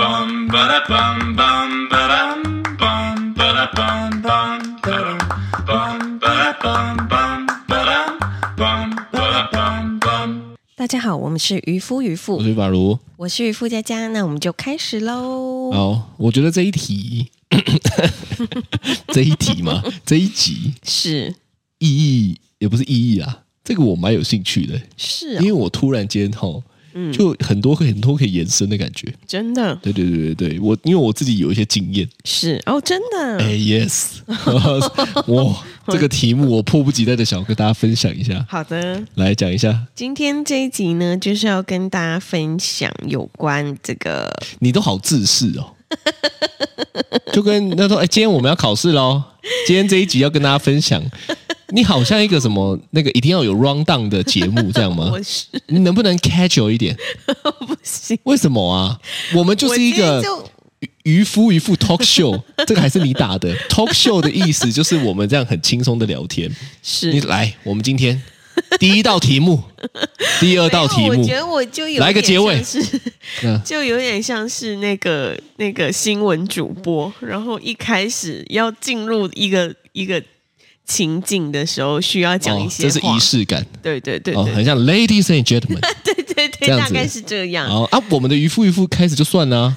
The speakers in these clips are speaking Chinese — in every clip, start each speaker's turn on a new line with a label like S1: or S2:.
S1: bum ba da bum bum ba dum bum ba da bum bum ba dum bum ba da bum bum ba dum bum ba da bum bum.
S2: 大家好，我们是渔夫渔
S3: 我
S2: 妇，
S3: 是法如。
S2: 我是渔夫佳佳，那我们就开始喽。
S3: 好，哦我觉得这一题，这一题嘛，这一集
S2: 是
S3: 意义也不是意义啊，这个我蛮有兴趣的，
S2: 是、
S3: 因
S2: 哦，嗯
S3: 为我突然间吼，就很多很多可以延伸的感觉。
S2: 真的
S3: 对对对对对，我因为我自己有一些经验，
S2: 是哦，真的、
S3: 哎、yes，哇，这个题目我迫不及待的想要跟大家分享一下，
S2: 好的。
S3: 来讲一下，
S2: 今天这一集呢，就是要跟大家分享有关这个
S3: 你都好自私哦，就跟他说，哎、今天我们要考试喽，今天这一集要跟大家分享，你好像一个什么那个一定要有 round down 的节目这样吗
S2: 我？是哦
S3: 你能不能 casual 一点？
S2: 不行，
S3: 为什么啊？我们就是一
S2: 我今天
S3: 个
S2: 就
S3: 渔夫渔妇 talk show，这个还是你打的 talk show 的意思就是我们这样很轻松的聊天。你
S2: 是
S3: 来，我们今天第一道 题目，第二道题
S2: 没有
S3: 目
S2: 我觉，得我就有
S3: 来个
S2: 点
S3: 结 尾
S2: 像是
S3: 嗯
S2: 就有点像是那个那个新闻主播，然后一开始要进入一个一个情景的时候，需要讲一
S3: 哦，
S2: 些
S3: 这是
S2: 话，
S3: 仪式感
S2: 对对对
S3: 哦，
S2: 对
S3: 很像 ladies and gentlemen。
S2: 对对对，
S3: 这样
S2: 大
S3: 子
S2: 概是这 样。
S3: 哦啊，我们的渔夫渔妇开始就算 啦、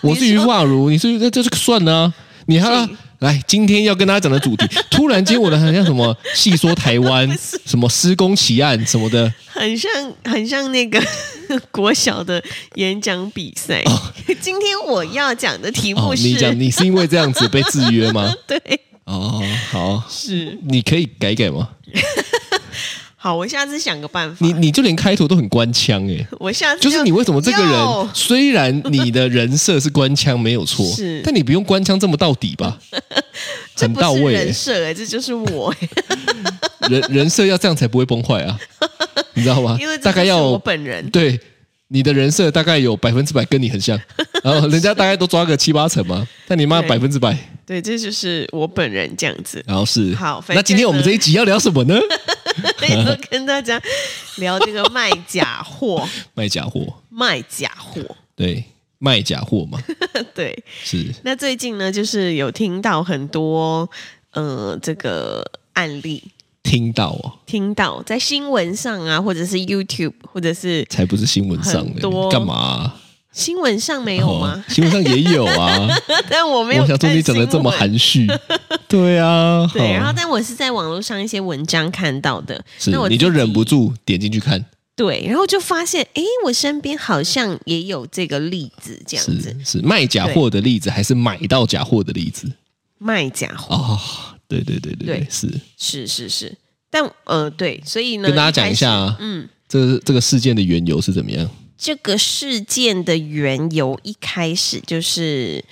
S3: 我是渔夫阿如，你是这这是算啦、你还要
S2: 是
S3: 来，今天要跟大家讲的主题，突然间我的好像什么细说台 湾，什么施工奇案什么的，
S2: 很像很像那个 国小的演讲比赛。 今天我要讲的题
S3: 哦
S2: 目，
S3: 你
S2: 是，
S3: 讲你是因为这样子被制约 吗？
S2: 对，
S3: 哦，好，
S2: 是
S3: 你可以改改吗？
S2: 好，我下次想个办法。
S3: 你你就连开头都很官腔诶、
S2: 我下次
S3: 就是你为什么这个
S2: 哟
S3: 人，虽然你的人设是官腔没有错
S2: 是，
S3: 但你不用官腔这么到底吧？
S2: 这
S3: 很
S2: 不
S3: 到
S2: 是
S3: 位、
S2: 人
S3: 欸，
S2: 设哎，这就是我哎，
S3: 人人设要这样才不会崩坏 啊，你知道吗
S2: 因为？这
S3: 啊大概
S2: 就是我
S3: 要
S2: 本人
S3: 对你的人设大概有百分之百跟你 很像，然后人家大概都抓个七八成嘛，但你妈
S2: 对
S3: 百分之百，
S2: 对，这就是我本人这样 子。
S3: 然后是
S2: 好反正
S3: 那今天我们这一集要聊什么 呢？
S2: 要跟大家聊这个卖假货，
S3: 卖假货，
S2: 卖假货。
S3: 对，卖假货 嘛，
S2: 对，
S3: 是
S2: 那最近呢，就是有听到很多呃这个案例，
S3: 听到哦，
S2: 听到在新闻上啊，或者是 YouTube，或者是
S3: 才不是新闻上
S2: 很
S3: 的
S2: 多，
S3: 干嘛啊、
S2: 新闻上没有吗？
S3: 哦？新闻上也有啊。
S2: 但 我没有
S3: 我
S2: 看
S3: 想说你讲的这
S2: 新
S3: 么
S2: 闻。
S3: 含蓄，对啊，
S2: 对，然后
S3: 哦
S2: 但我是在网络上一些文章看到的，
S3: 是
S2: 那我
S3: 你就
S2: 自己
S3: 忍不住点进去看，
S2: 对，然后就发现，诶，我身边好像也有这个例子，这样子
S3: 是是卖假货的例子，还是买到假货的例子？
S2: 卖假货，
S3: 哦，对对对对
S2: 对
S3: 对，是
S2: 是是是，但呃，对，所以呢，
S3: 跟大家讲一下
S2: 开始
S3: 啊，
S2: 嗯，
S3: 这这个事件的缘由是怎么样？
S2: 这个事件的缘由一开始就是，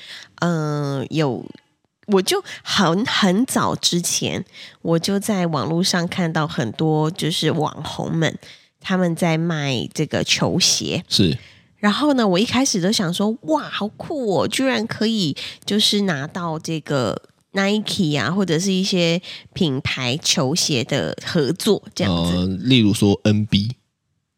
S2: 呃，有我就很很早之前，我就在网络上看到很多就是网红们他们在卖这个球鞋，
S3: 是
S2: 然后呢，我一开始都想说，哇，好酷哦，居然可以就是拿到这个 Nike 啊，或者是一些品牌球鞋的合作这样子。
S3: 呃，例如说 NB，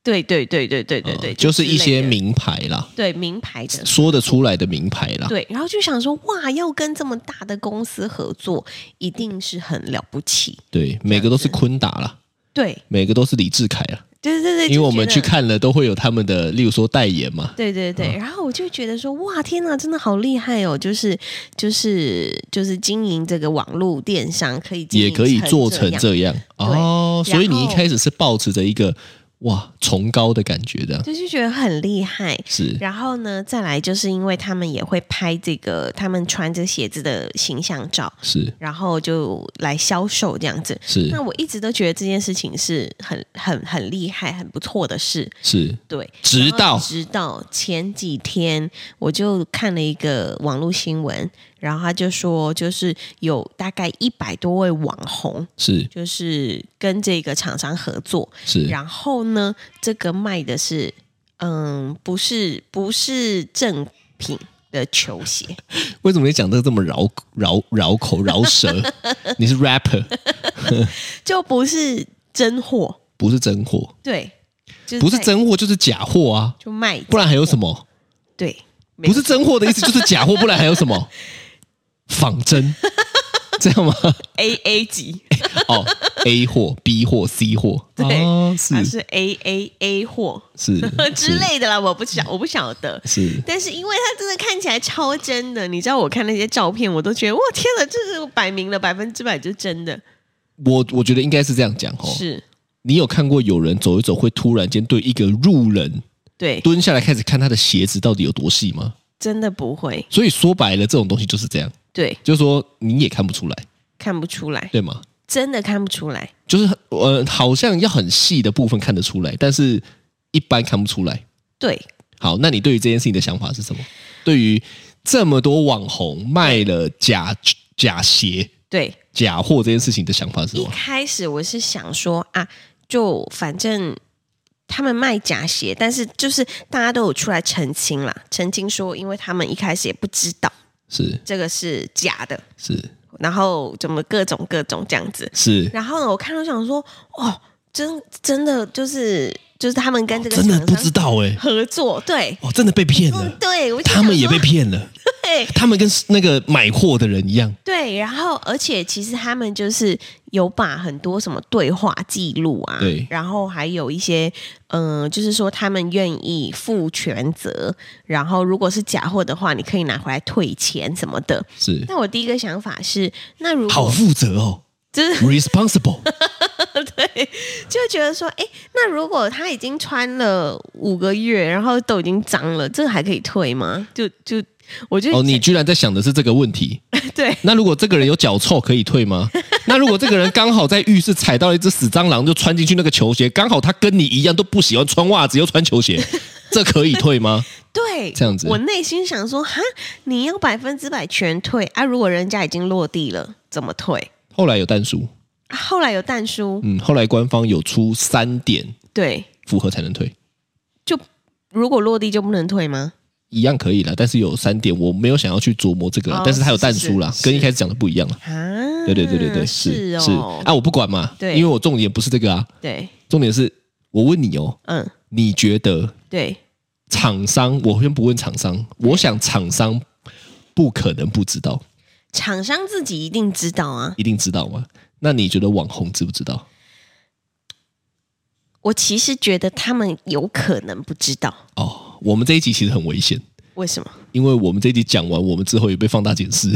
S2: 对对对对对对
S3: 呃
S2: 对，
S3: 就是
S2: 之
S3: 一
S2: 类
S3: 些
S2: 的
S3: 名牌啦，
S2: 对名牌的。
S3: 说得出来的名牌啦，
S2: 对，然后就想说，哇，要跟这么大的公司合作，一定是很了不起。
S3: 对，每个都是坤达啦，
S2: 对，
S3: 每个都是李志凯啦，
S2: 对对对，
S3: 因为
S2: 就
S3: 我
S2: 觉
S3: 们
S2: 得
S3: 去，看嗯了都会有他们的，例如说代言嘛，
S2: 对对对，然后我就觉得说，哇，天哪，真的好厉害哦！就是就是就是经营这个网络电商，可以经
S3: 也
S2: 营
S3: 可以做
S2: 成
S3: 成
S2: 样。
S3: 这样哦。
S2: 对然
S3: 所
S2: 后
S3: 以你一开始是抱持着一个哇崇高的感觉的，
S2: 就是觉得很厉害。
S3: 是
S2: 然后呢，再来就是因为他们也会拍这个他们穿着鞋子的形象照，
S3: 是
S2: 然后就来销售这样子。
S3: 是
S2: 那我一直都觉得这件事情是很很很厉害、很不错的事，
S3: 是，
S2: 对。
S3: 直
S2: 然后
S3: 到
S2: 直到前几天，我就看了一个网络新闻，然后他就说，就是有大概一百多位网红，
S3: 是
S2: 就是跟这个厂商合作，
S3: 是
S2: 然后呢，这个卖的是嗯，不是不是正品的球鞋，
S3: 为什么你讲这个这么绕绕绕口绕 舌？你是 rapper
S2: 就不是真货，
S3: 不是真货，
S2: 对，就是
S3: 不是
S2: 在
S3: 真货就是假货啊，
S2: 就卖，
S3: 不然还有什么？
S2: 对没
S3: 不是真货的意思，就是假货，不然还有什 么仿真？这样吗？
S2: A A 级，
S3: 哦，A 货、B 货、C 货，
S2: 对，
S3: 哦
S2: 它
S3: 是
S2: 是 A A A 货
S3: 嗯是
S2: 之类的啦，我不晓我不晓得。
S3: 是是
S2: 但是因为它真的看起来超真的，你知道我看那些照片，我都觉得哇天哪，这是摆明了百分之百就是真的，
S3: 我我觉得应该是这样讲哦。
S2: 是
S3: 你有看过有人走一走会突然间对一个路人
S2: 对，
S3: 蹲下来开始看他的鞋子到底有多细吗？
S2: 真的不会，
S3: 所以说白了，这种东西就是这样，
S2: 对，
S3: 就是说你也看不出来，
S2: 看不出来，
S3: 对吗？
S2: 真的看不出来，
S3: 就是呃，好像要很细的部分看得出来，但是一般看不出来。
S2: 对，
S3: 好，那你对于这件事情的想法是什么？对于这么多网红卖了假假鞋、
S2: 对，
S3: 假货这件事情的想法是什
S2: 一
S3: 么？
S2: 开始我是想说啊，就反正他们卖假鞋，但是就是大家都有出来澄清啦，澄清说，因为他们一开始也不知道
S3: 是
S2: 这个是假的，
S3: 是
S2: 然后怎么各种各种这样子。
S3: 是，
S2: 然后呢，我看到想说，哦，真真的就是就是他们跟这个
S3: 哦真的
S2: 厂
S3: 不
S2: 商
S3: 知道哎、
S2: 合作，对，
S3: 哦，真的被骗
S2: 嗯，
S3: 了，
S2: 对，我就
S3: 他们
S2: 想
S3: 也被
S2: 说
S3: 骗了，
S2: 对
S3: 他们跟那个买货的人一样，
S2: 对，然后而且其实他们就是有把很多什么对话记录啊，
S3: 对
S2: 然后还有一些嗯、呃就是说他们愿意负全责，然后如果是假货的话，你可以拿回来退钱什么的。
S3: 是
S2: 那我第一个想法是，那如
S3: 好
S2: 果
S3: 负责哦
S2: 就是
S3: ，responsible，
S2: 对，就觉得说，哎，那如果他已经穿了五个月，然后都已经脏了，这个还可以退吗？就就我就、
S3: 哦，你居然在想的是这个问题，
S2: 对
S3: 那如果这个人有脚臭，可以 退吗？那如果这个人刚好在浴室踩到一只死蟑螂，就穿进去那个球鞋，刚好他跟你一样都不喜欢穿袜子，又穿球鞋， 这可以退吗？
S2: 对，
S3: 这样子
S2: 我内心想说，哈，你要百分之百全退啊！如果人家已经落地了，怎么退？
S3: 后来有蛋叔，
S2: 啊后来有蛋叔，
S3: 嗯，后来官方有出三点
S2: 对，
S3: 符合才能退，
S2: 就如果落地就不能退吗？
S3: 一样可以啦，但是有三点我没有想要去琢磨这个啦，
S2: 哦
S3: 但是他有蛋叔啦，
S2: 是是
S3: 跟一开始讲的不一样啦。
S2: 啊，
S3: 对对对对对，
S2: 是
S3: 是
S2: 哦，
S3: 啊，我不管嘛，
S2: 对
S3: 因为我重点不是这个啊，
S2: 对，
S3: 重点是我问你哦，
S2: 嗯，
S3: 你觉得
S2: 对，
S3: 厂商，我先不问厂商，我想厂商不可能不知道，
S2: 厂商自己一定知道啊。
S3: 一定知道嘛？那你觉得网红知不知道？
S2: 我其实觉得他们有可能不知道，
S3: 哦，我们这一集其实很危险，
S2: 为什么？
S3: 因为我们这一集讲完，我们之后也被放大检视。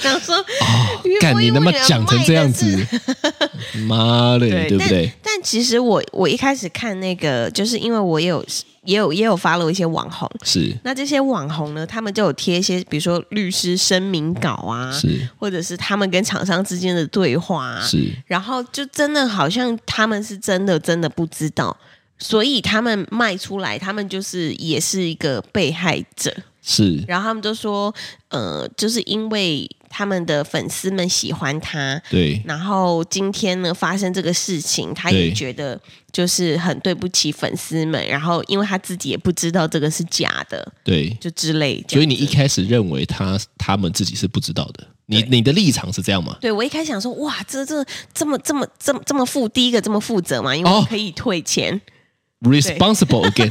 S2: 想说，
S3: 哦干你他妈讲成这样
S2: 因为我以为我卖的是
S3: 子，妈嘞，对不
S2: 但
S3: 对？
S2: 但其实我我一开始看那个，就是因为我也有也有也有 follow 一些网红，
S3: 是
S2: 那这些网红呢，他们就有贴一些，比如说律师声明稿啊，
S3: 是
S2: 或者是他们跟厂商之间的对话啊，
S3: 是，
S2: 然后就真的好像他们是真的真的不知道，所以他们卖出来，他们就是也是一个被害者。
S3: 是
S2: 然后他们就说，呃，就是因为他们的粉丝们喜欢他，
S3: 对
S2: 然后今天呢发生这个事情，他
S3: 对
S2: 也觉得就是很对不起粉丝们，然后因为他自己也不知道这个是假的，
S3: 对。
S2: 就之类这样子。
S3: 所以你一开始认为他他们自己是不知道的，你你的立场是这样吗？
S2: 对我一开始想说，哇，这这这么这么这么这么负，第一个这么负责嘛，因为
S3: 哦
S2: 我可以退钱。
S3: responsible again，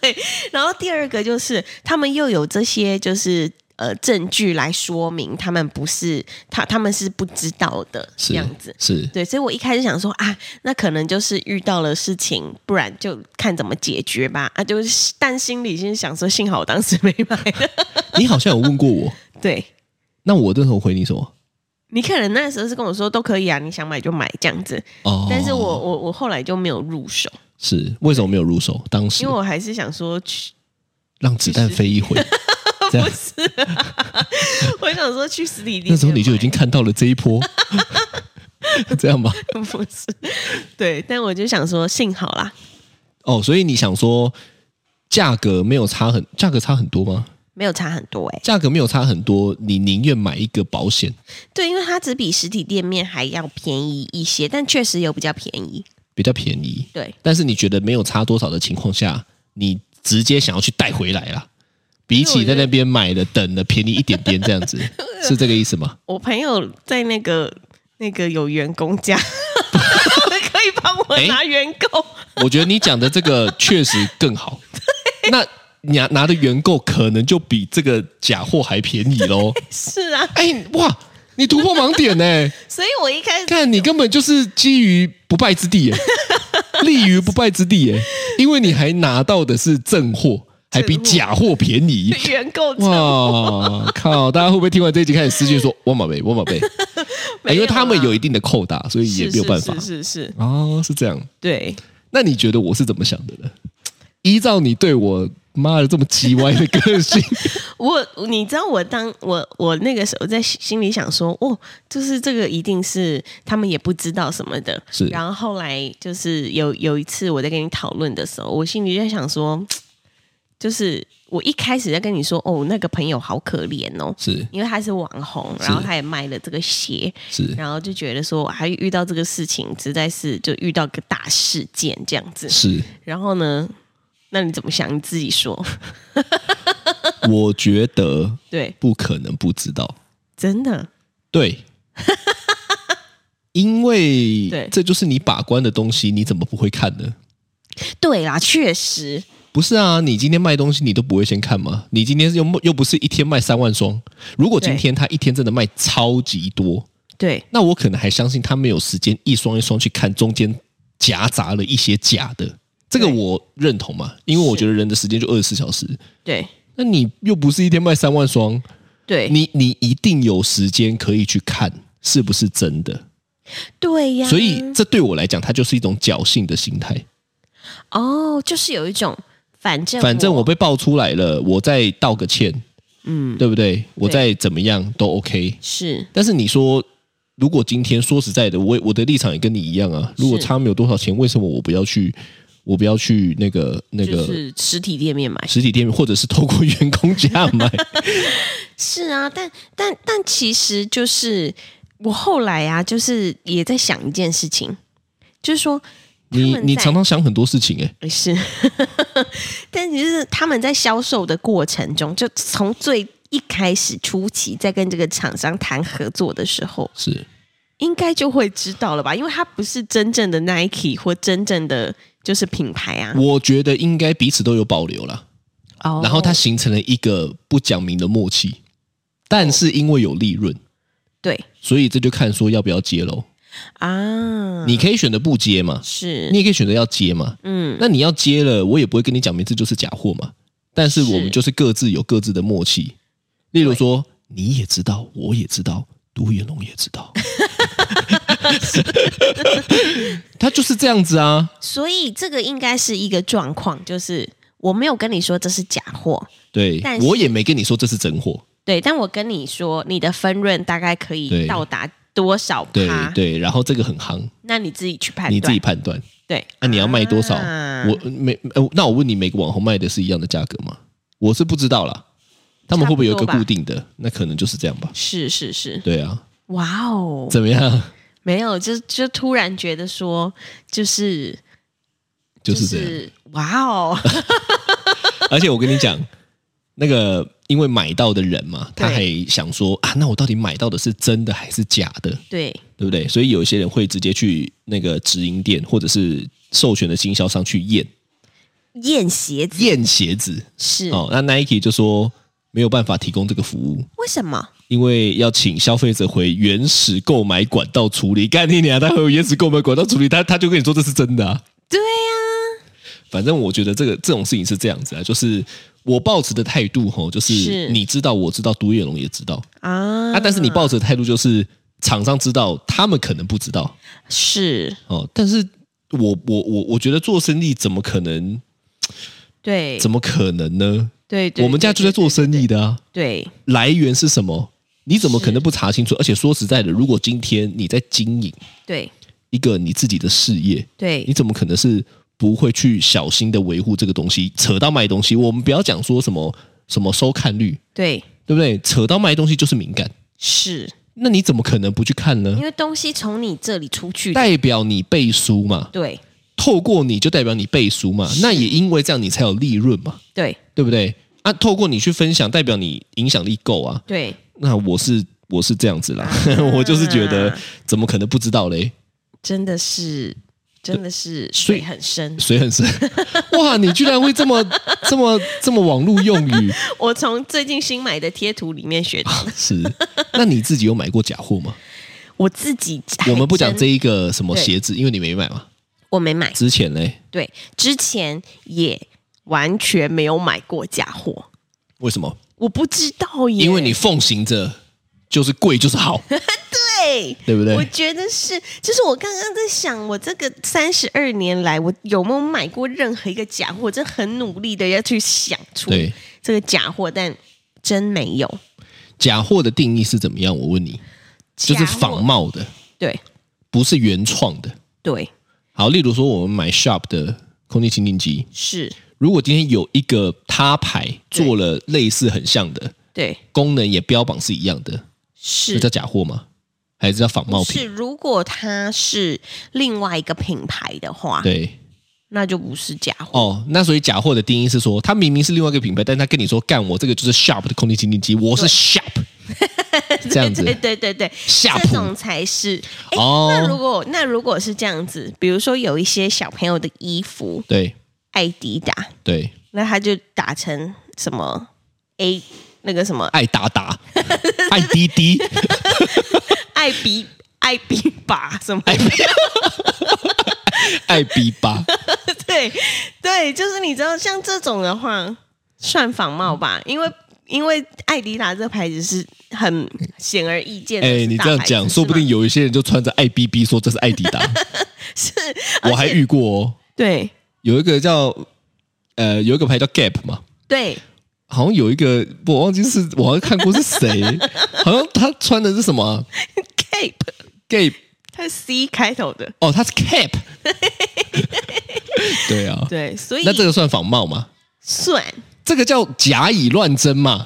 S2: 对，然后第二个就是他们又有这些就是呃证据来说明他们不是他他们是不知道的 这
S3: 是
S2: 样子。
S3: 是
S2: 对，所以我一开始想说啊，那可能就是遇到了事情，不然就看怎么解决吧。啊，就是但心里先想说，幸好我当时没买 的。
S3: 你好像有问过我，
S2: 对
S3: 那我那时候回你什么？
S2: 你可能那时候是跟我说都可以啊，你想买就买这样子，
S3: 哦，
S2: 但是我我我后来就没有入手。
S3: 是为什么没有入手？当时
S2: 因为我还是想说，去
S3: 让子弹飞一回，这样
S2: 我想说去实体店买。
S3: 那时候你就已经看到了这一波， 这样吧？
S2: 不是对，但我就想说，幸好啦，
S3: 哦，所以你想说价格没有差很，价格差很多吗？
S2: 没有差很多哎、
S3: 价格没有差很多，你宁愿买一个保险，
S2: 对，因为它只比实体店面还要便宜一些，但确实有比较便宜。
S3: 比较便宜，
S2: 对，
S3: 但是你觉得没有差多少的情况下，你直接想要去带回来啦，比起在那边买的等的便宜一点点这样 子，是这个意思吗？
S2: 我朋友在那个那个有员工家， 可以帮我拿员工。
S3: 我觉得你讲的这个确实更好。那拿拿的原购可能就比这个假货还便宜喽。
S2: 是啊，
S3: 哎、哇，你突破盲点呢、
S2: 所以我一开始
S3: 看你根本就是基于不败之地耶、立于不败之地耶、因为你还拿到的是正货，还比假货便 宜。
S2: 原购证
S3: 哇靠！大家会不会听完这一集开始私信说我马贝我马贝？
S2: 没有啊
S3: 因为他们有一定的扣打，所以也没有办法
S2: 是是是是是，
S3: 哦，是这样。
S2: 对，
S3: 那你觉得我是怎么想的呢？依照你对我妈的这么叽歪的个性，
S2: 我你知道我当我我那个时候在心心里想说，哦，就是这个一定是他们也不知道什么的。
S3: 是
S2: 然后后来就是有有一次我在跟你讨论的时候，我心里就在想说，就是我一开始在跟你说，哦，那个朋友好可怜哦，
S3: 是
S2: 因为他是网红，然后他也卖了这个鞋，
S3: 是
S2: 然后就觉得说还遇到这个事情，实在是就遇到个大事件这样子。
S3: 是，
S2: 然后呢，那你怎么想？你自己说，
S3: 我觉得
S2: 对，
S3: 不可能不知道。
S2: 真的，
S3: 对，因为
S2: 对
S3: 这就是你把关的东西，你怎么不会看呢？
S2: 对啦，确实。
S3: 不是啊，你今天卖东西你都不会先看吗？你今天又又不是一天卖三万双，如果今天他一天真的卖超级多，
S2: 对，
S3: 那我可能还相信他没有时间一双一双去看中间夹杂了一些假的，这个
S2: 对
S3: 我认同嘛，因为我
S2: 是
S3: 觉得人的时间就二十四小时，
S2: 对，
S3: 那你又不是一天卖三万双，
S2: 对，
S3: 你你一定有时间可以去看是不是真的。
S2: 对呀。
S3: 所以这对我来讲，它就是一种侥幸的心态。
S2: 哦，就是有一种，反正
S3: 反正我
S2: 我
S3: 被爆出来了，我再道个歉，嗯，对不对？我再怎么样都 OK。
S2: 是
S3: 但是你说，如果今天说实在的，我我的立场也跟你一样啊。如果差没有多少钱，为什么我不要去？我不要去那个那
S2: 就
S3: 个
S2: 是实体店面买。
S3: 实体店，或者是透过员工价 买？
S2: 是啊，但但但其实就是我后来啊，就是也在想一件事情，就是说
S3: 你
S2: 他们
S3: 你
S2: 在
S3: 常常想很多事情哎、
S2: 是， 但就是他们在销售的过程中，就从最一开始初期在跟这个厂商谈合作的时候，
S3: 是
S2: 应该就会知道了吧？因为它不是真正的 Nike 或真正的就是品牌啊。
S3: 我觉得应该彼此都有保留啦。
S2: 哦
S3: 然后它形成了一个不讲明的默契，但是因为有利润，
S2: 对
S3: 所以这就看说要不要接喽。
S2: 啊，
S3: 你可以选择不接嘛，
S2: 是
S3: 你也可以选择要接嘛。
S2: 嗯
S3: 那你要接了，我也不会跟你讲明这就是假货嘛。但是我们
S2: 是
S3: 就是各自有各自的默契，例如说你也知道，我也知道，独眼龙也知道，他就是这样子啊。
S2: 所以这个应该是一个状况，就是我没有跟你说这是假货，
S3: 对
S2: 但，是
S3: 我也没跟你说这是真货，
S2: 对，但我跟你说你的分润大概可以
S3: 对
S2: 到达多少
S3: 对
S2: 趴，
S3: 对。然后这个很行，
S2: 那你自己去判断，
S3: 你自己判断。
S2: 对，
S3: 那、你要卖多少？
S2: 啊
S3: 我每呃，那我问你，每个网红卖的是一样的价格吗？我是不知道啦，他们会不会有一个
S2: 差不多吧
S3: 固定的？那可能就是这样吧。
S2: 是是是，
S3: 对啊，
S2: 哇哦，
S3: 怎么样？
S2: 没有，就就突然觉得说，就是
S3: 就是这样。
S2: 哇 哦，
S3: 而且我跟你讲，那个因为买到的人嘛，他还想说啊，那我到底买到的是真的还是假的？
S2: 对
S3: 对不对？所以有一些人会直接去那个直营店或者是授权的经销商去验
S2: 验鞋子
S3: 验鞋子。
S2: 是、
S3: 哦，那 Nike 就说没有办法提供这个服务。
S2: 为什么？
S3: 因为要请消费者回原始购买管道处理，干你娘！他回原始购买管道处理，他他就跟你说这是真的啊。
S2: 对呀、
S3: 反正我觉得这个这种事情是这样子啊，就是我抱持的态度吼，就是
S2: 是
S3: 你知道我知道，独眼龙也知道
S2: 啊，
S3: 啊，但是你抱持的态度就是厂商知道，他们可能不知道
S2: 是
S3: 哦。但是我我我我觉得做生意怎么可能
S2: 对，
S3: 怎么可能呢？
S2: 对对，
S3: 我们家就在做生意的啊。
S2: 对，
S3: 来源是什么？你怎么可能不查清楚？而且说实在的，如果今天你在经营
S2: 对
S3: 一个你自己的事业，
S2: 对
S3: 你
S2: 对
S3: 怎么可能是不会去小心的维护这个东西？扯到卖东西，我们不要讲说什么什么收看率，
S2: 对，
S3: 对不对？扯到卖东西就是敏感，
S2: 是
S3: 那你怎么可能不去看呢
S2: 因？为东西从你这里出去的，
S3: 代表你背书嘛，
S2: 对
S3: 透过你就代表你背书嘛，那也因为这样你才有利润嘛，
S2: 对
S3: 对不对？啊，透过你去分享，代表你影响力够啊。
S2: 对，
S3: 那我是我
S2: 啊
S3: 是这样子啦，我就是觉得怎么可能不知道嘞？
S2: 真的是真的是
S3: 所以
S2: 水很深。
S3: 水很深。哇，你居然会这么这么这么网络用语？
S2: 我从最近新买的贴图里面学的，
S3: 是？那你自己有买过假货吗？
S2: 我自己
S3: 我们不讲
S2: 还
S3: 这
S2: 哎真，
S3: 一个什么鞋子，因为你没买嘛。
S2: 我没买，
S3: 之前嘞，
S2: 对，之前也完全没有买过假货，
S3: 为什么？
S2: 我不知道耶，
S3: 因为你奉行着就是贵就 是好，
S2: 对。
S3: 对不
S2: 哎我
S3: 对？
S2: 觉得是，就是我刚刚在想，我这个三十二年来，我有没有买过任何一个假货？我真的很努力的要去想出
S3: 对，
S2: 这个假货，但真没有。
S3: 假货的定义是怎么样？我问你，就是
S2: 假货
S3: 仿，冒的，
S2: 对
S3: 不是原创的。
S2: 对
S3: 好，例如说我们买 Sharp 的空气清净机，
S2: 是，
S3: 如果今天有一个他牌
S2: 对
S3: 做了类似很像的
S2: 对
S3: 功能，也标榜是一样的，这
S2: 是
S3: 叫假货吗？还是叫仿冒
S2: 是，
S3: 品？
S2: 如果它是另外一个品牌的话，
S3: 对，
S2: 那就不是假货。
S3: 哦，那所以假货的定义是说，它明明是另外一个品牌，但它跟你说，干我这个就是 Sharp 的空气清净机，我是 Sharp，这样子
S2: 对对对对，
S3: 夏
S2: 这
S3: 普
S2: 种哎才是。诶
S3: 哦
S2: 那如果那如果是这样子，比如说有一些小朋友的衣服，
S3: 对
S2: 艾迪达，
S3: 对，
S2: 那他就打成什么 A 那个什么
S3: 爱 达达，爱滴滴，
S2: 艾比艾比吧什么？
S3: 爱 B 八，
S2: 对对，就是你知道，像这种的话，算仿冒吧，因为。因为艾迪达这牌子是很显而易见的，
S3: 哎，
S2: 是
S3: 你
S2: 大
S3: 这样
S2: 牌子
S3: 讲，
S2: 是
S3: 说不
S2: 吗
S3: 定有一些人就穿着爱 B B 说这是爱迪达，
S2: 是。
S3: 我
S2: 而
S3: 还
S2: 且
S3: 遇过哦，
S2: 对
S3: 有一个叫呃，有一个牌叫 Gap 嘛，
S2: 对，
S3: 好像有一个我忘记是我好像看过是 谁，好像他穿的是什么啊
S2: Cape，
S3: Gap
S2: 它是 C 开头的，
S3: 哦，他是 Cap，对啊，
S2: 对，所以
S3: 那这个算仿冒吗？
S2: 算
S3: 这个叫假以乱真嘛，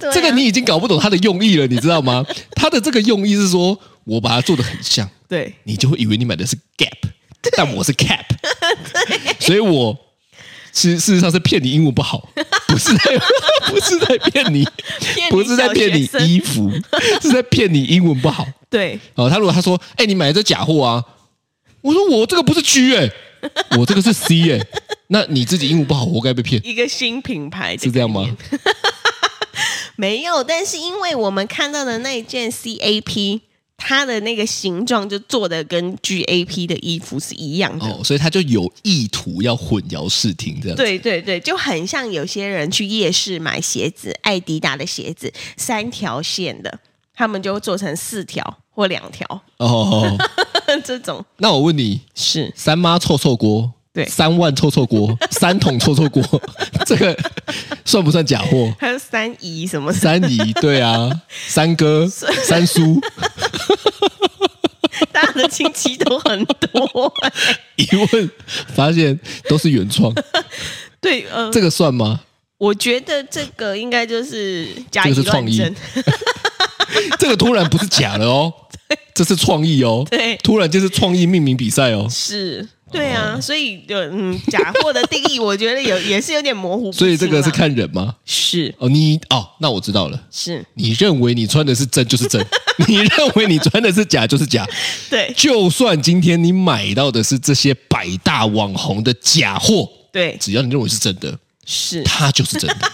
S2: 对啊
S3: 这个你已经搞不懂它的用意了，你知道 吗？它的这个用意是说我把它做的很像，
S2: 对
S3: 你就会以为你买的是 Gap，但我是 Cap，所以我事事实上是骗你英文 不好，不是在不是在骗你，
S2: 骗你
S3: 不是在骗你
S2: 小学生
S3: 衣服，是在骗你英文不好。
S2: 对
S3: 哦，他如果他说，哎、你买的这假货啊，我说我这个不是 G 哎、我这个是 C 哎、那你自己英文不好，活该被骗，
S2: 一个新品牌的
S3: 是这样
S2: 概
S3: 吗
S2: 念？？没有，但是因为我们看到的那一件 CAP，它的那个形状就做的跟 GAP 的衣服是一样的。
S3: 哦，所以他就有意图要混淆视听这样。，
S2: 对对对，就很像有些人去夜市买鞋子，艾迪达的鞋子三条线的，他们就会做成四条或两条，
S3: 哦，
S2: 这种
S3: 那我问你，
S2: 是
S3: 三妈臭臭锅，
S2: 对
S3: 三万臭臭锅，三桶臭臭锅， 这个算不算假货？
S2: 还有三姨什么的
S3: 三姨，对啊，三哥、三叔，
S2: 大家的亲戚都很 多、
S3: 一问发现都是原创，
S2: 对，呃，
S3: 这个算吗？
S2: 我觉得这个应该就是假
S3: 这
S2: 以
S3: 个是
S2: 乱
S3: 创意
S2: 真，
S3: 这个突然不是假 的哦，这是创意哦，
S2: 对
S3: 突然就是创意命名比赛哦，
S2: 是，对啊，所以就嗯，假货的定义，我觉得有也是有点模糊不清啦， 啊
S3: 所以这个是看人吗？
S2: 是
S3: 哦，你哦，那我知道了，
S2: 是，
S3: 你认为你穿的是真就 是真，你认为你穿的是假就是假，
S2: 对
S3: 就算今天你买到的是这些百大网红的假货，
S2: 对
S3: 只要你认为是真的，
S2: 是，
S3: 它就是真 的。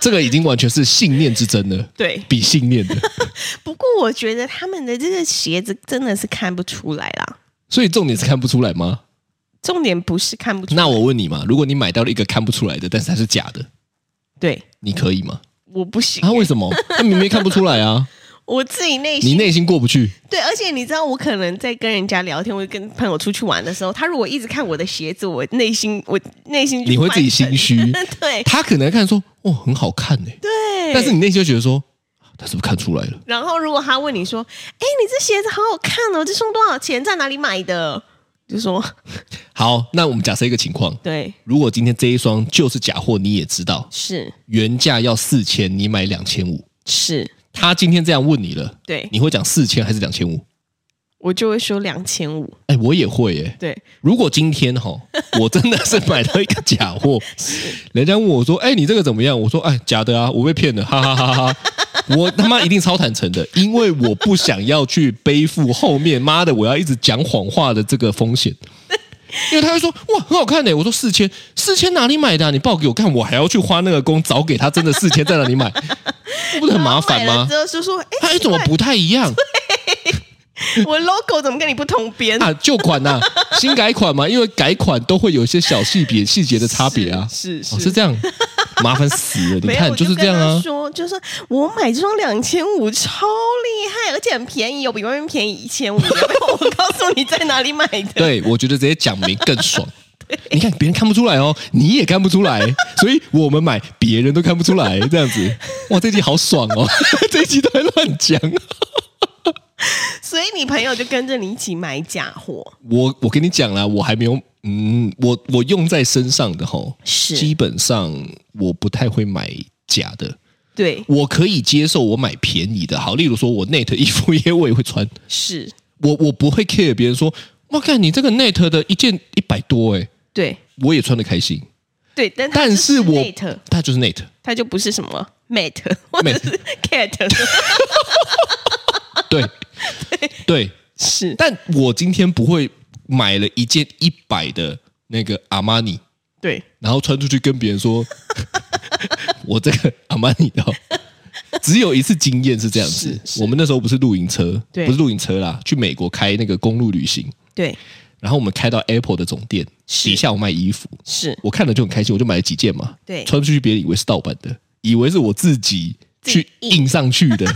S3: 这个已经完全是信念之争了，
S2: 对。
S3: 比信念的。
S2: 不过我觉得他们的这个鞋子真的是看不出来啦，
S3: 所以重点是看不出来吗？
S2: 重点不是看不出，
S3: 那我问你嘛，如果你买到了一个看不出来的，但是它是假的，
S2: 对，
S3: 你可以吗？
S2: 我不行，
S3: 啊，为什 么？那明明看不出来 啊，
S2: 我自己内
S3: 你
S2: 心
S3: 内心过不去。
S2: 对，而且你知道，我可能在跟人家聊天，或者跟朋友出去玩的时候，他如果一直看我的鞋子，我内心我内心就
S3: 你会自己
S2: 翻
S3: 心虚
S2: 对
S3: 他可能看说，哦，很好看呢、
S2: 对，
S3: 但是你内心就觉得说，他是不是看出来了？
S2: 然后如果他问你说：“哎，你这鞋子好好看哦，这双多少钱？在哪里买的？”就说
S3: 好，那我们假设一个情况：
S2: 对，
S3: 如果今天这一双就是假货，你也知道
S2: 是
S3: 原价要四千，你买两千五，
S2: 是，
S3: 他今天这样问你了，
S2: 对
S3: 你会讲四千还是两千五？
S2: 我就会说两千五。
S3: 哎，我也会耶。
S2: 对，
S3: 如果今天 哈、我真的是买到一个假货，人家问我说：“哎，你这个怎么样？”我说：“哎，假的啊，我被骗了，哈哈哈哈 哈。”我他妈一定超坦诚的，因为我不想要去背负后面妈的我要一直讲谎话的这个 风险。因为他会说哇很好看呢、我说四千四千哪里买的啊、你报给我看，我还要去花那个工找给他真的四千在哪 里买，不是很麻烦
S2: 然后买了
S3: 吗
S2: 之？后就说，哎、
S3: 他哎怎么不太一样？
S2: 我 logo 怎么跟你不同边？
S3: 啊，旧款呐、新改款嘛，因为改款都会有一些小细别细节的差别啊。
S2: 是是
S3: 哦，是 这样，麻烦死了。你
S2: 没有
S3: 看，
S2: 我
S3: 就是
S2: 跟
S3: 这样
S2: 他
S3: 啊。
S2: 说就是我买这双两千五超厉害，而且很便宜哦，比外面便宜一千五。要不要我告诉你在哪里买的？
S3: 对，我觉得直接讲明更 爽。你看，别人看不出来哦，你也看不出来，所以我们买，别人都看不出来，这样子，哇，这集好爽哦， 这集都在乱讲。
S2: 所以你朋友就跟着你一起买假货，
S3: 我我跟你讲啦，我还没有，嗯，我我用在身上的吼，基
S2: 是
S3: 本上我不太会买假的，
S2: 对，
S3: 我可以接受我买便宜的，好，例如说我 Net 衣服也我也会穿，
S2: 是，
S3: 我我不会 care 别人说，我看你这个 Net 的一件一百多哎、
S2: 对
S3: 我也穿的开 心，
S2: 对，但它
S3: 但
S2: 就是是
S3: 我
S2: mate，
S3: 它就是 Net，
S2: 它就不是什么 mate 或者是 cat，
S3: 对对，
S2: 是
S3: 但我今天不会买了一件一百的那个阿玛尼，
S2: 对，
S3: 然后穿出去跟别人 说， 我这个阿玛尼的哦、只有一次经验是这样子，
S2: 是是
S3: 我们那时候不是露营车，
S2: 对
S3: 不是露营车啦，去美国开那个公路旅行，
S2: 对，
S3: 然后我们开到 Apple 的总店
S2: 是
S3: 底下，我卖衣服，
S2: 是
S3: 我看了就很开心，我就买了几件嘛。
S2: 对
S3: 穿出去别人以为是盗版的，以为是我自己去
S2: 自己
S3: 印上去 的。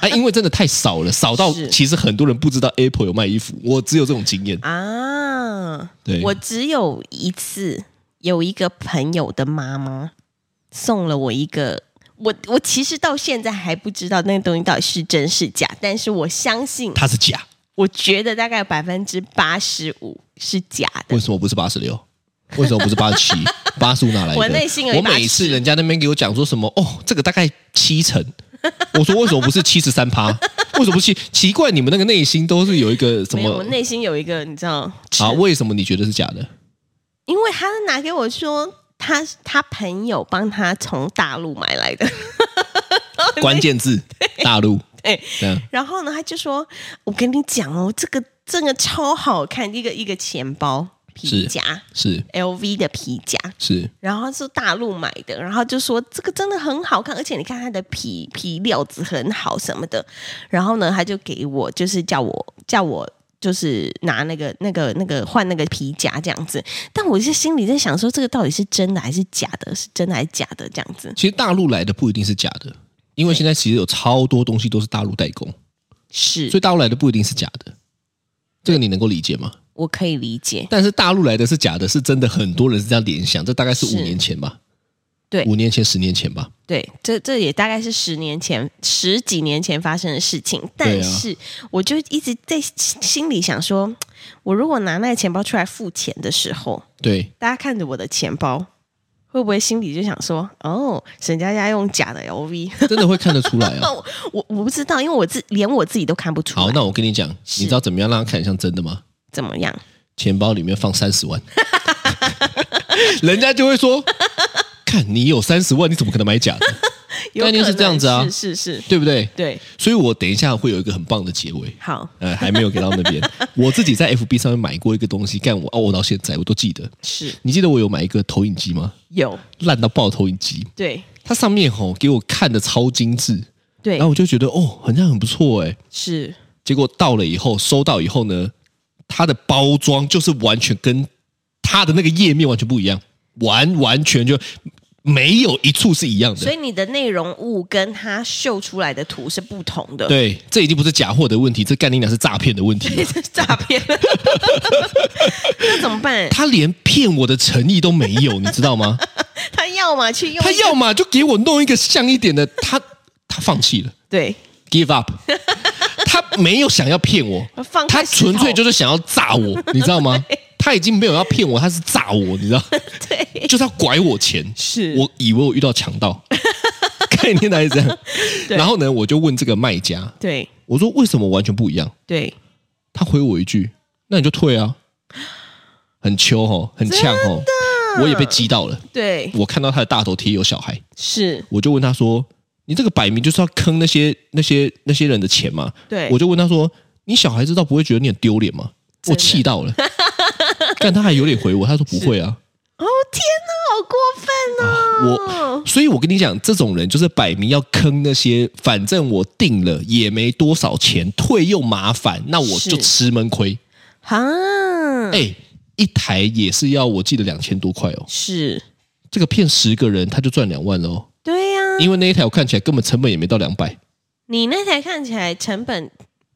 S3: 啊，因为真的太少了，少到
S2: 是
S3: 其实很多人不知道 Apple 有卖衣服，我只有这种经验。
S2: 啊，
S3: 对
S2: 我只有一次有一个朋友的妈妈送了我一个。我我其实到现在还不知道那个东西到底是真是假，但是我相信，
S3: 它是假，
S2: 我觉得大概百分之八十五是假的
S3: 为。什么不是八十六？为什么不是八十 七？八十五哪来的？
S2: 我内心有一
S3: 我
S2: 把
S3: 每次
S2: 尺
S3: 人家那边给我讲说什么哦，这个大概七成，我说为什么不是七十三趴？为什么不是？奇怪，你们那个内心都是有一个什
S2: 没有，
S3: 么
S2: 我内心有一个你知道
S3: 啊？为什么你觉得是假 的？
S2: 因为他拿给我说，他他朋友帮他从大陆买来的，
S3: 关键字大陆，
S2: 哦 对
S3: 这样
S2: 然后呢，他就说：“我跟你讲哦，这个这个超好看，一个一个钱包皮
S3: 是
S2: 夹
S3: 是
S2: ，LV 的皮夹，
S3: 是
S2: 然后是大陆买的，然后就说这个真的很好看，而且你看它的皮皮料子很好什么的。然后呢，他就给我，就是叫我叫我就是拿那个那个那个换那个皮夹这样子。但我是心里在想说，这个到底是真的还是假的？是真的还是假的？这样子
S3: 其实大陆来的不一定是假的，因为现在其实有超多东西都是大陆代工，
S2: 是
S3: 所以大陆来的不一定是假的。这个你能够理解吗？
S2: 我可以理解，
S3: 但是大陆来的是假的，是真的，很多人是这样联想。这大概是
S2: 是
S3: 五年前吧，
S2: 对
S3: 五年前、十年前吧。
S2: 对，这这也大概是十年前、十几年前发生的事情。
S3: 对啊
S2: 但是我就一直在心心里想说，我如果拿那个钱包出来付钱的时候。
S3: 对，
S2: 大家看着我的钱包，会不会心里就想说，哦，沈佳佳用假的 LV？
S3: 真的会看得出来 啊。
S2: 我 我我不知道，因为我自连我自己都看不出
S3: 好，
S2: 来，
S3: 那我跟你讲，
S2: 是
S3: 你知道怎么样让它看起来像真的吗？
S2: 怎么样？
S3: 钱包里面放三十万， 人家就会说：“看你有三十万，你怎么可能买假的？”
S2: 有
S3: 概念是
S2: 可能
S3: 这样子啊
S2: 是是是，
S3: 对不对？
S2: 对，
S3: 所以我等一下会有一个很棒的结尾。
S2: 好
S3: 呃，还没有给到那边。我自己在 FB 上面买过一个东西，干我哦，我到现在我都记得。
S2: 是
S3: 你记得我有买一个投影机吗？
S2: 有
S3: 烂到爆的投影机，
S2: 对
S3: 它上面吼、给我看的超精致，
S2: 对
S3: 然后我就觉得哦，好像很不错哎。
S2: 是
S3: 结果到了以后，收到以后呢，它的包装就是完全跟它的那个页面完全不一样，完完全就没有一处是一样的。
S2: 所以你的内容物跟它秀出来的图是不同的，，
S3: 对，这已经不是假货的问题，这概念讲是诈骗的 问题了。
S2: 这是诈骗， 那怎么办？
S3: 他连骗我的诚意都没有，你知 道吗？
S2: 他要嘛去用，
S3: 他要么就给我弄一个像一点的，他他放弃了
S2: 对，
S3: ，give up，他没有想要骗我，
S2: 放
S3: 他
S2: 块石头
S3: 纯粹就是想要炸我，你知道吗？他已经没有要骗我，他是炸我，你知道？
S2: 对
S3: 就是要拐我钱。
S2: 是
S3: 我以为我遇到 强盗，概念大概是这样。
S2: 对
S3: 然后呢，我就问这个卖家，
S2: 对
S3: 我说为什么完全不一样？
S2: 对
S3: 他回我一句：“那你就退啊。”很秋吼，很呛吼，我也被激到了。
S2: 对，
S3: 我看到他的大头贴有小孩，
S2: 是
S3: 我就问他说：“你这个摆明就是要坑那些那些那些人的钱嘛？”
S2: 对，
S3: 我就问他说：“你小孩知道不会觉得你很丢脸吗？”
S2: 真
S3: 我
S2: 的
S3: 气到了，但他还有脸回我，他说：“不会啊。”
S2: 哦天哪，好过分哦！
S3: 我，所以我跟你讲，这种人就是摆明要坑那些，反正我定了也没多少钱，退又麻烦，那我
S2: 是
S3: 就吃闷亏。
S2: 啊，
S3: 哎、一台也是要我记得两千多块哦，
S2: 是，
S3: 这个骗十个人他就赚两万了哦，
S2: 对呀、
S3: 因为那一台我看起来根本成本也没到两百，
S2: 你那台看起来成本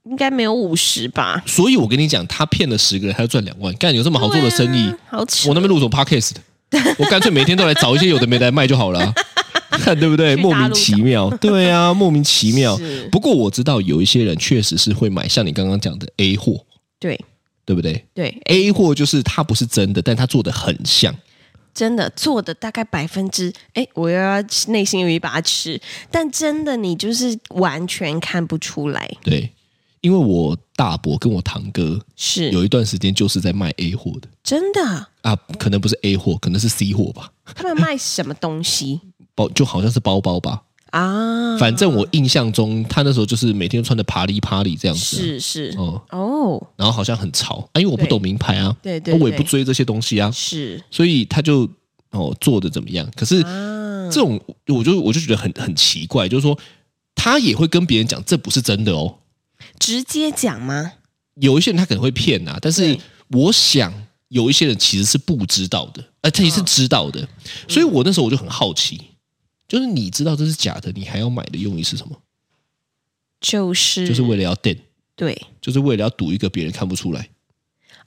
S2: 应该没有五十吧？
S3: 所以我跟你讲，他骗了十个人他就赚两万，干有这么好做的生意，
S2: 对啊好扯
S3: 我那边录什么 podcast 的，我干脆每天都来找一些有的没的来卖就好了啊、 看对不对？
S2: 去
S3: 莫
S2: 大陆
S3: 名其妙，对啊，莫名其妙
S2: 是。
S3: 不过我知道有一些人确实是会买，像你刚刚讲的 A 货，
S2: 对
S3: 对不对
S2: 对，
S3: ？A 货就是它不是真的，但它做的很像。
S2: 真的做的大概百分之，哎，我又要内心有一把尺，但真的你就是完全看不出来，
S3: 对，因为我大伯跟我堂哥
S2: 是
S3: 有一段时间就是在卖 A 货的
S2: 真的。
S3: 啊，可能不是 A 货，可能是 C 货吧，
S2: 他们卖什么东西
S3: 包就好像是包包吧。
S2: 啊？
S3: 反正我印象中，他那时候就是每天穿的爬里爬里这样子啊、
S2: 是是
S3: 哦。
S2: 哦，
S3: 然后好像很潮啊，因为我不
S2: 对
S3: 懂名牌啊，
S2: 对对
S3: 我也
S2: 对
S3: 不追这些东西啊，
S2: 是
S3: 所以他就哦做的怎么样？可是
S2: 啊，
S3: 这种我就我就觉得很很奇怪，就是说他也会跟别人讲这不是真的哦，
S2: 直接讲吗？
S3: 有一些人他可能会骗啊，但是
S2: 对
S3: 我想有一些人其实是不知道的，呃，他
S2: 嗯
S3: 也是知道的，所以我那时候我就很好奇，就是你知道这是假的，你还要买的用意是什么？
S2: 就是
S3: 就是为了要垫，
S2: 对
S3: 就是为了要赌一个别人看不出来。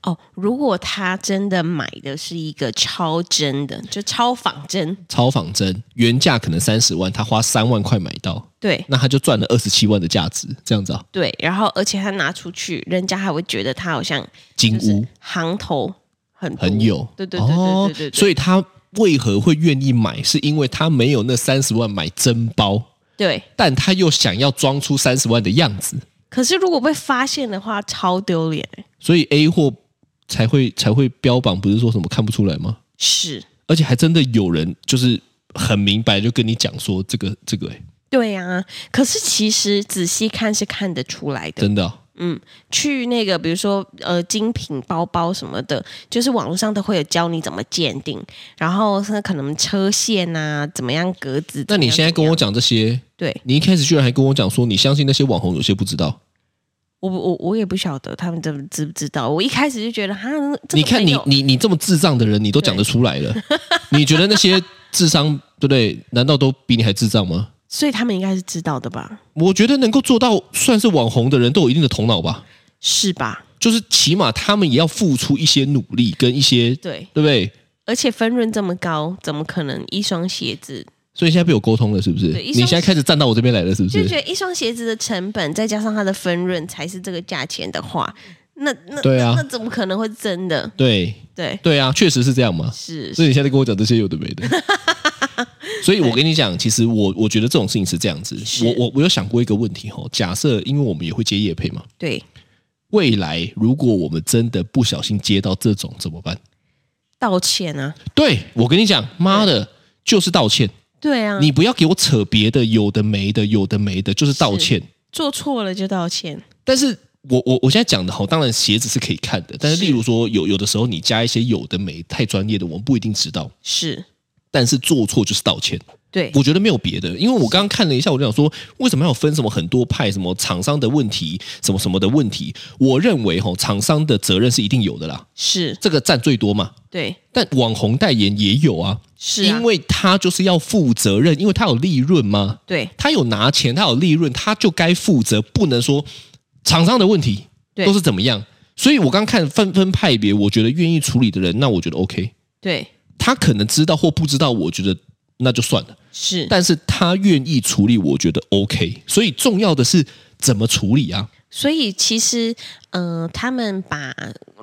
S2: 哦，如果他真的买的是一个超真的，就超仿真，
S3: 超仿真，原价可能三十万，他花三万块买到，
S2: 对
S3: 那他就赚了二十七万的价值，这样子啊，
S2: 对，然后而且他拿出去，人家还会觉得他好像
S3: 金
S2: 就是
S3: 屋
S2: 行头很多
S3: 嗯很有，
S2: 对对对对对对对，
S3: 哦所
S2: 以
S3: 以他为何会愿意买，是因为他没有那三十万买真包，
S2: 对。
S3: 但他又想要装出三十万的样子，
S2: 可是如果被发现的话，超丢脸欸，
S3: 所以 A 货才会才会标榜，不是说什么看不出来吗？
S2: 是
S3: 而且还真的有人就是很明白就跟你讲说这个这个、欸，
S2: 对啊，可是其实仔细看是看得出来的。
S3: 真的啊、
S2: 嗯，去那个比如说呃精品包包什么的，就是网络上都会有教你怎么鉴定，然后是可能车线啊，怎么样格子。
S3: 那
S2: 怎
S3: 你
S2: 么样
S3: 现在
S2: 怎
S3: 跟
S2: 么
S3: 我
S2: 样
S3: 讲这些，
S2: 对
S3: 你一开始居然还跟我讲说你相信那些网红有些不知道。
S2: 我不我我也不晓得他们怎么知不知道，我一开始就觉得哈，这个
S3: 你看
S2: 朋
S3: 你
S2: 友
S3: 你你这么智障的人，你都讲得出来了， 你觉得那些智商对不对？难道都比你还智障吗？
S2: 所以他们应该是知道的吧？
S3: 我觉得能够做到算是网红的人都有一定的头脑吧，
S2: 是吧？
S3: 就是起码他们也要付出一些努力跟一些
S2: 对，
S3: 对不对？
S2: 而且分润这么高，怎么可能一双鞋子
S3: 所以现在被我沟通了，是不是？
S2: 对一
S3: 你
S2: 双
S3: 现在开始站到我这边来了，是不
S2: 就觉
S3: 是？
S2: 得一双鞋子的成本再加上它的分润才是这个价钱的话，那那
S3: 对啊
S2: 那那怎么可能会真的？
S3: 对
S2: 对，
S3: 对啊，确实是这样嘛。
S2: 是
S3: 所以你现在跟我讲这些有的没 的。所以我跟你讲，其实我我觉得这种事情是这样子，
S2: 是
S3: 我我我有想过一个问题哦，假设因为我们也会接业配嘛，
S2: 对，
S3: 未来如果我们真的不小心接到这种怎么办？
S2: 道歉啊，
S3: 对我跟你讲，妈的，就是道歉。
S2: 对啊，
S3: 你不要给我扯别的，有的没的，有的没的，就是道歉。
S2: 做错了就道歉，
S3: 但是我我我现在讲的哈，当然鞋子是可以看的，但是例如说有有的时候你加一些有的没太专业的，我们不一定知道。
S2: 是
S3: 但是做错就是道歉，
S2: 对，
S3: 我觉得没有别的，因为我刚刚看了一下，我就想说，为什么要分什么很多派，什么厂商的问题，什么什么的问题？我认为哈，厂商的责任是一定有的啦，
S2: 是
S3: 这个占最多嘛。
S2: 对，
S3: 但网红代言也有啊，
S2: 是啊
S3: 因为他就是要负责任，因为他有利润嘛，
S2: 对
S3: 他有拿钱，他有利润，他就该负责，不能说厂商的问题
S2: 对
S3: 都是怎么样。所以我刚看分分派别，我觉得愿意处理的人，那我觉得 OK，
S2: 对
S3: 他可能知道或不知道，我觉得那就算了。
S2: 是，
S3: 但是他愿意处理，我觉得 OK。所以重要的是怎么处理啊？
S2: 所以其实，呃，他们把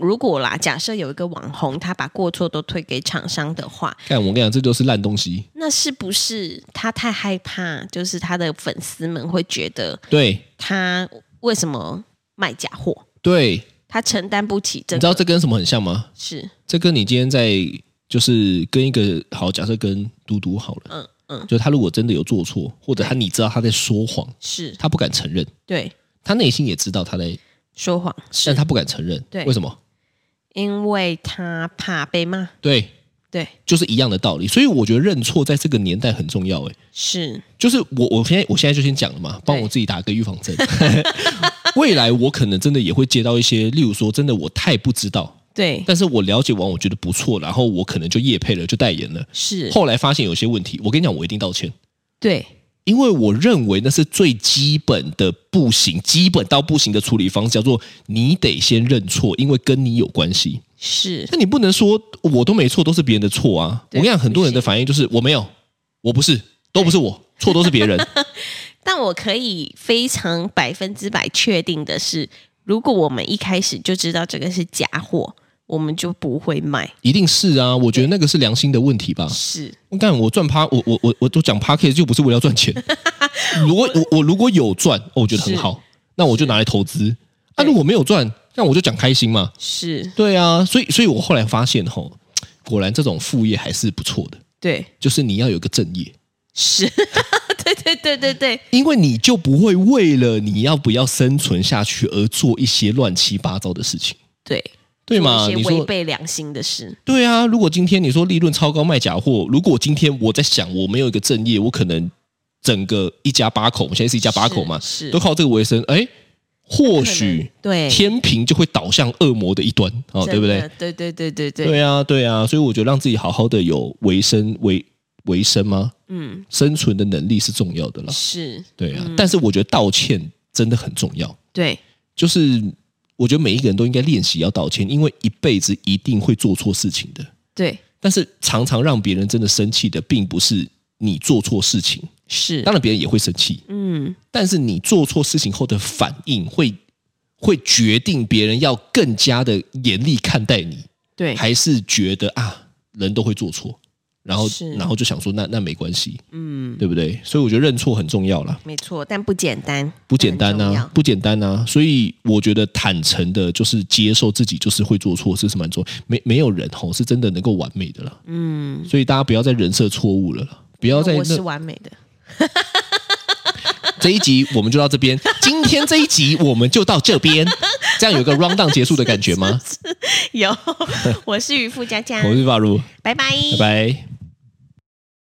S2: 如果啦，假设有一个网红，他把过错都推给厂商的话，
S3: 看我跟你讲，这就是烂东西。
S2: 那是不是他太害怕，就是他的粉丝们会觉得
S3: 对
S2: 他为什么卖假货？
S3: 对，
S2: 他承担不起这
S3: 你知道
S2: 个
S3: 这跟什么很像吗？
S2: 是，
S3: 这跟你今天在就是跟一个好，假设跟嘟嘟好了，
S2: 嗯嗯
S3: 就他如果真的有做错，或者他你知道他在说谎，
S2: 是
S3: 他不敢承认，
S2: 对
S3: 他内心也知道他在，
S2: 说谎是
S3: 但他不敢承认，
S2: 对
S3: 为什么？
S2: 因为他怕被骂，
S3: 对，
S2: 对
S3: 就是一样的道理。所以我觉得认错在这个年代很重要，哎，
S2: 是
S3: 就是我我现在我现在就先讲了嘛，帮我自己打个预 防针。未来我可能真的也会接到一些，例如说，真的我太不知道，
S2: 对
S3: 但是我了解完我觉得不错，然后我可能就业配了，就代言了。
S2: 是
S3: 后来发现有些问题，我跟你讲，我一定道歉，
S2: 对
S3: 因为我认为那是最基本的不行，基本到不行的处理方式，叫做你得先认错，因为跟你有关系。
S2: 是
S3: 那你不能说我都没错，都是别人的错啊！我
S2: 对
S3: 跟你讲，很多人的反应就是我没有，我不是，都不是我，错都 是别人。
S2: 但我可以非常百分之百确定的是，如果我们一开始就知道这个是假货，我们就不会卖。
S3: 一定是啊，我觉得那个是良心的问题吧。
S2: 是
S3: 你看我赚趴，我我我我都讲趴 K 就不是为了要赚钱。如果 我我如果有赚，哦我觉得很好，那我就拿来投资。那、
S2: 对
S3: 如果没有赚，那我就讲开心嘛。
S2: 是，
S3: 对啊，所以所以我后来发现吼、果然这种副业还是不错的，
S2: 对
S3: 就是你要有个正业，
S2: 是， 对对对对对，
S3: 因为你就不会为了你要不要生存下去而做一些乱七八糟的事情，
S2: 对
S3: 对吗？
S2: 做一
S3: 你
S2: 些违
S3: 说
S2: 背良心的事，
S3: 对啊，如果今天你说利润超高卖假货，如果今天我在想我没有一个正业，我可能整个一家八口，我们现在是一家八口嘛，
S2: 是是
S3: 都靠这个为生，哎，或许
S2: 可能对
S3: 天平就会倒向恶魔的一端哦，对不
S2: 真
S3: 对
S2: 的？？对对对对对，
S3: 对啊，对啊，所以我觉得让自己好好的有维生维维生吗？
S2: 嗯，
S3: 生存的能力是重要的啦，
S2: 是，嗯
S3: 对啊，但是我觉得道歉真的很重要，
S2: 对
S3: 就是我觉得每一个人都应该练习要道歉，因为一辈子一定会做错事情的。
S2: 对
S3: 但是常常让别人真的生气的，并不是你做错事情，
S2: 是
S3: 当，然别人也会生气，
S2: 嗯，
S3: 但是你做错事情后的反应会会决定别人要更加的严厉看待你，
S2: 对
S3: 还是觉得啊人都会做错，然后
S2: 是
S3: 然后就想说那那没关系，
S2: 嗯，
S3: 对不对？所以我觉得认错很重要啦，
S2: 没错，但不简单，
S3: 不简单
S2: 但很
S3: 呐、
S2: 重
S3: 啊
S2: 要，
S3: 不简单呐、啊。所以我觉得坦诚的，就是接受自己就是会做错，这是蛮重要。没没有人吼是真的能够完美的啦。
S2: 嗯，
S3: 所以大家不要再人设错误了啦，不要再
S2: 我是
S3: 那
S2: 完美 的，
S3: 这一集我们就到这 边，今天这一集我们就到这边，这样有个 round down 结 束的感觉吗？
S2: 有，我是渔夫佳佳，
S3: 我是法如，
S2: 拜拜，
S3: 拜拜。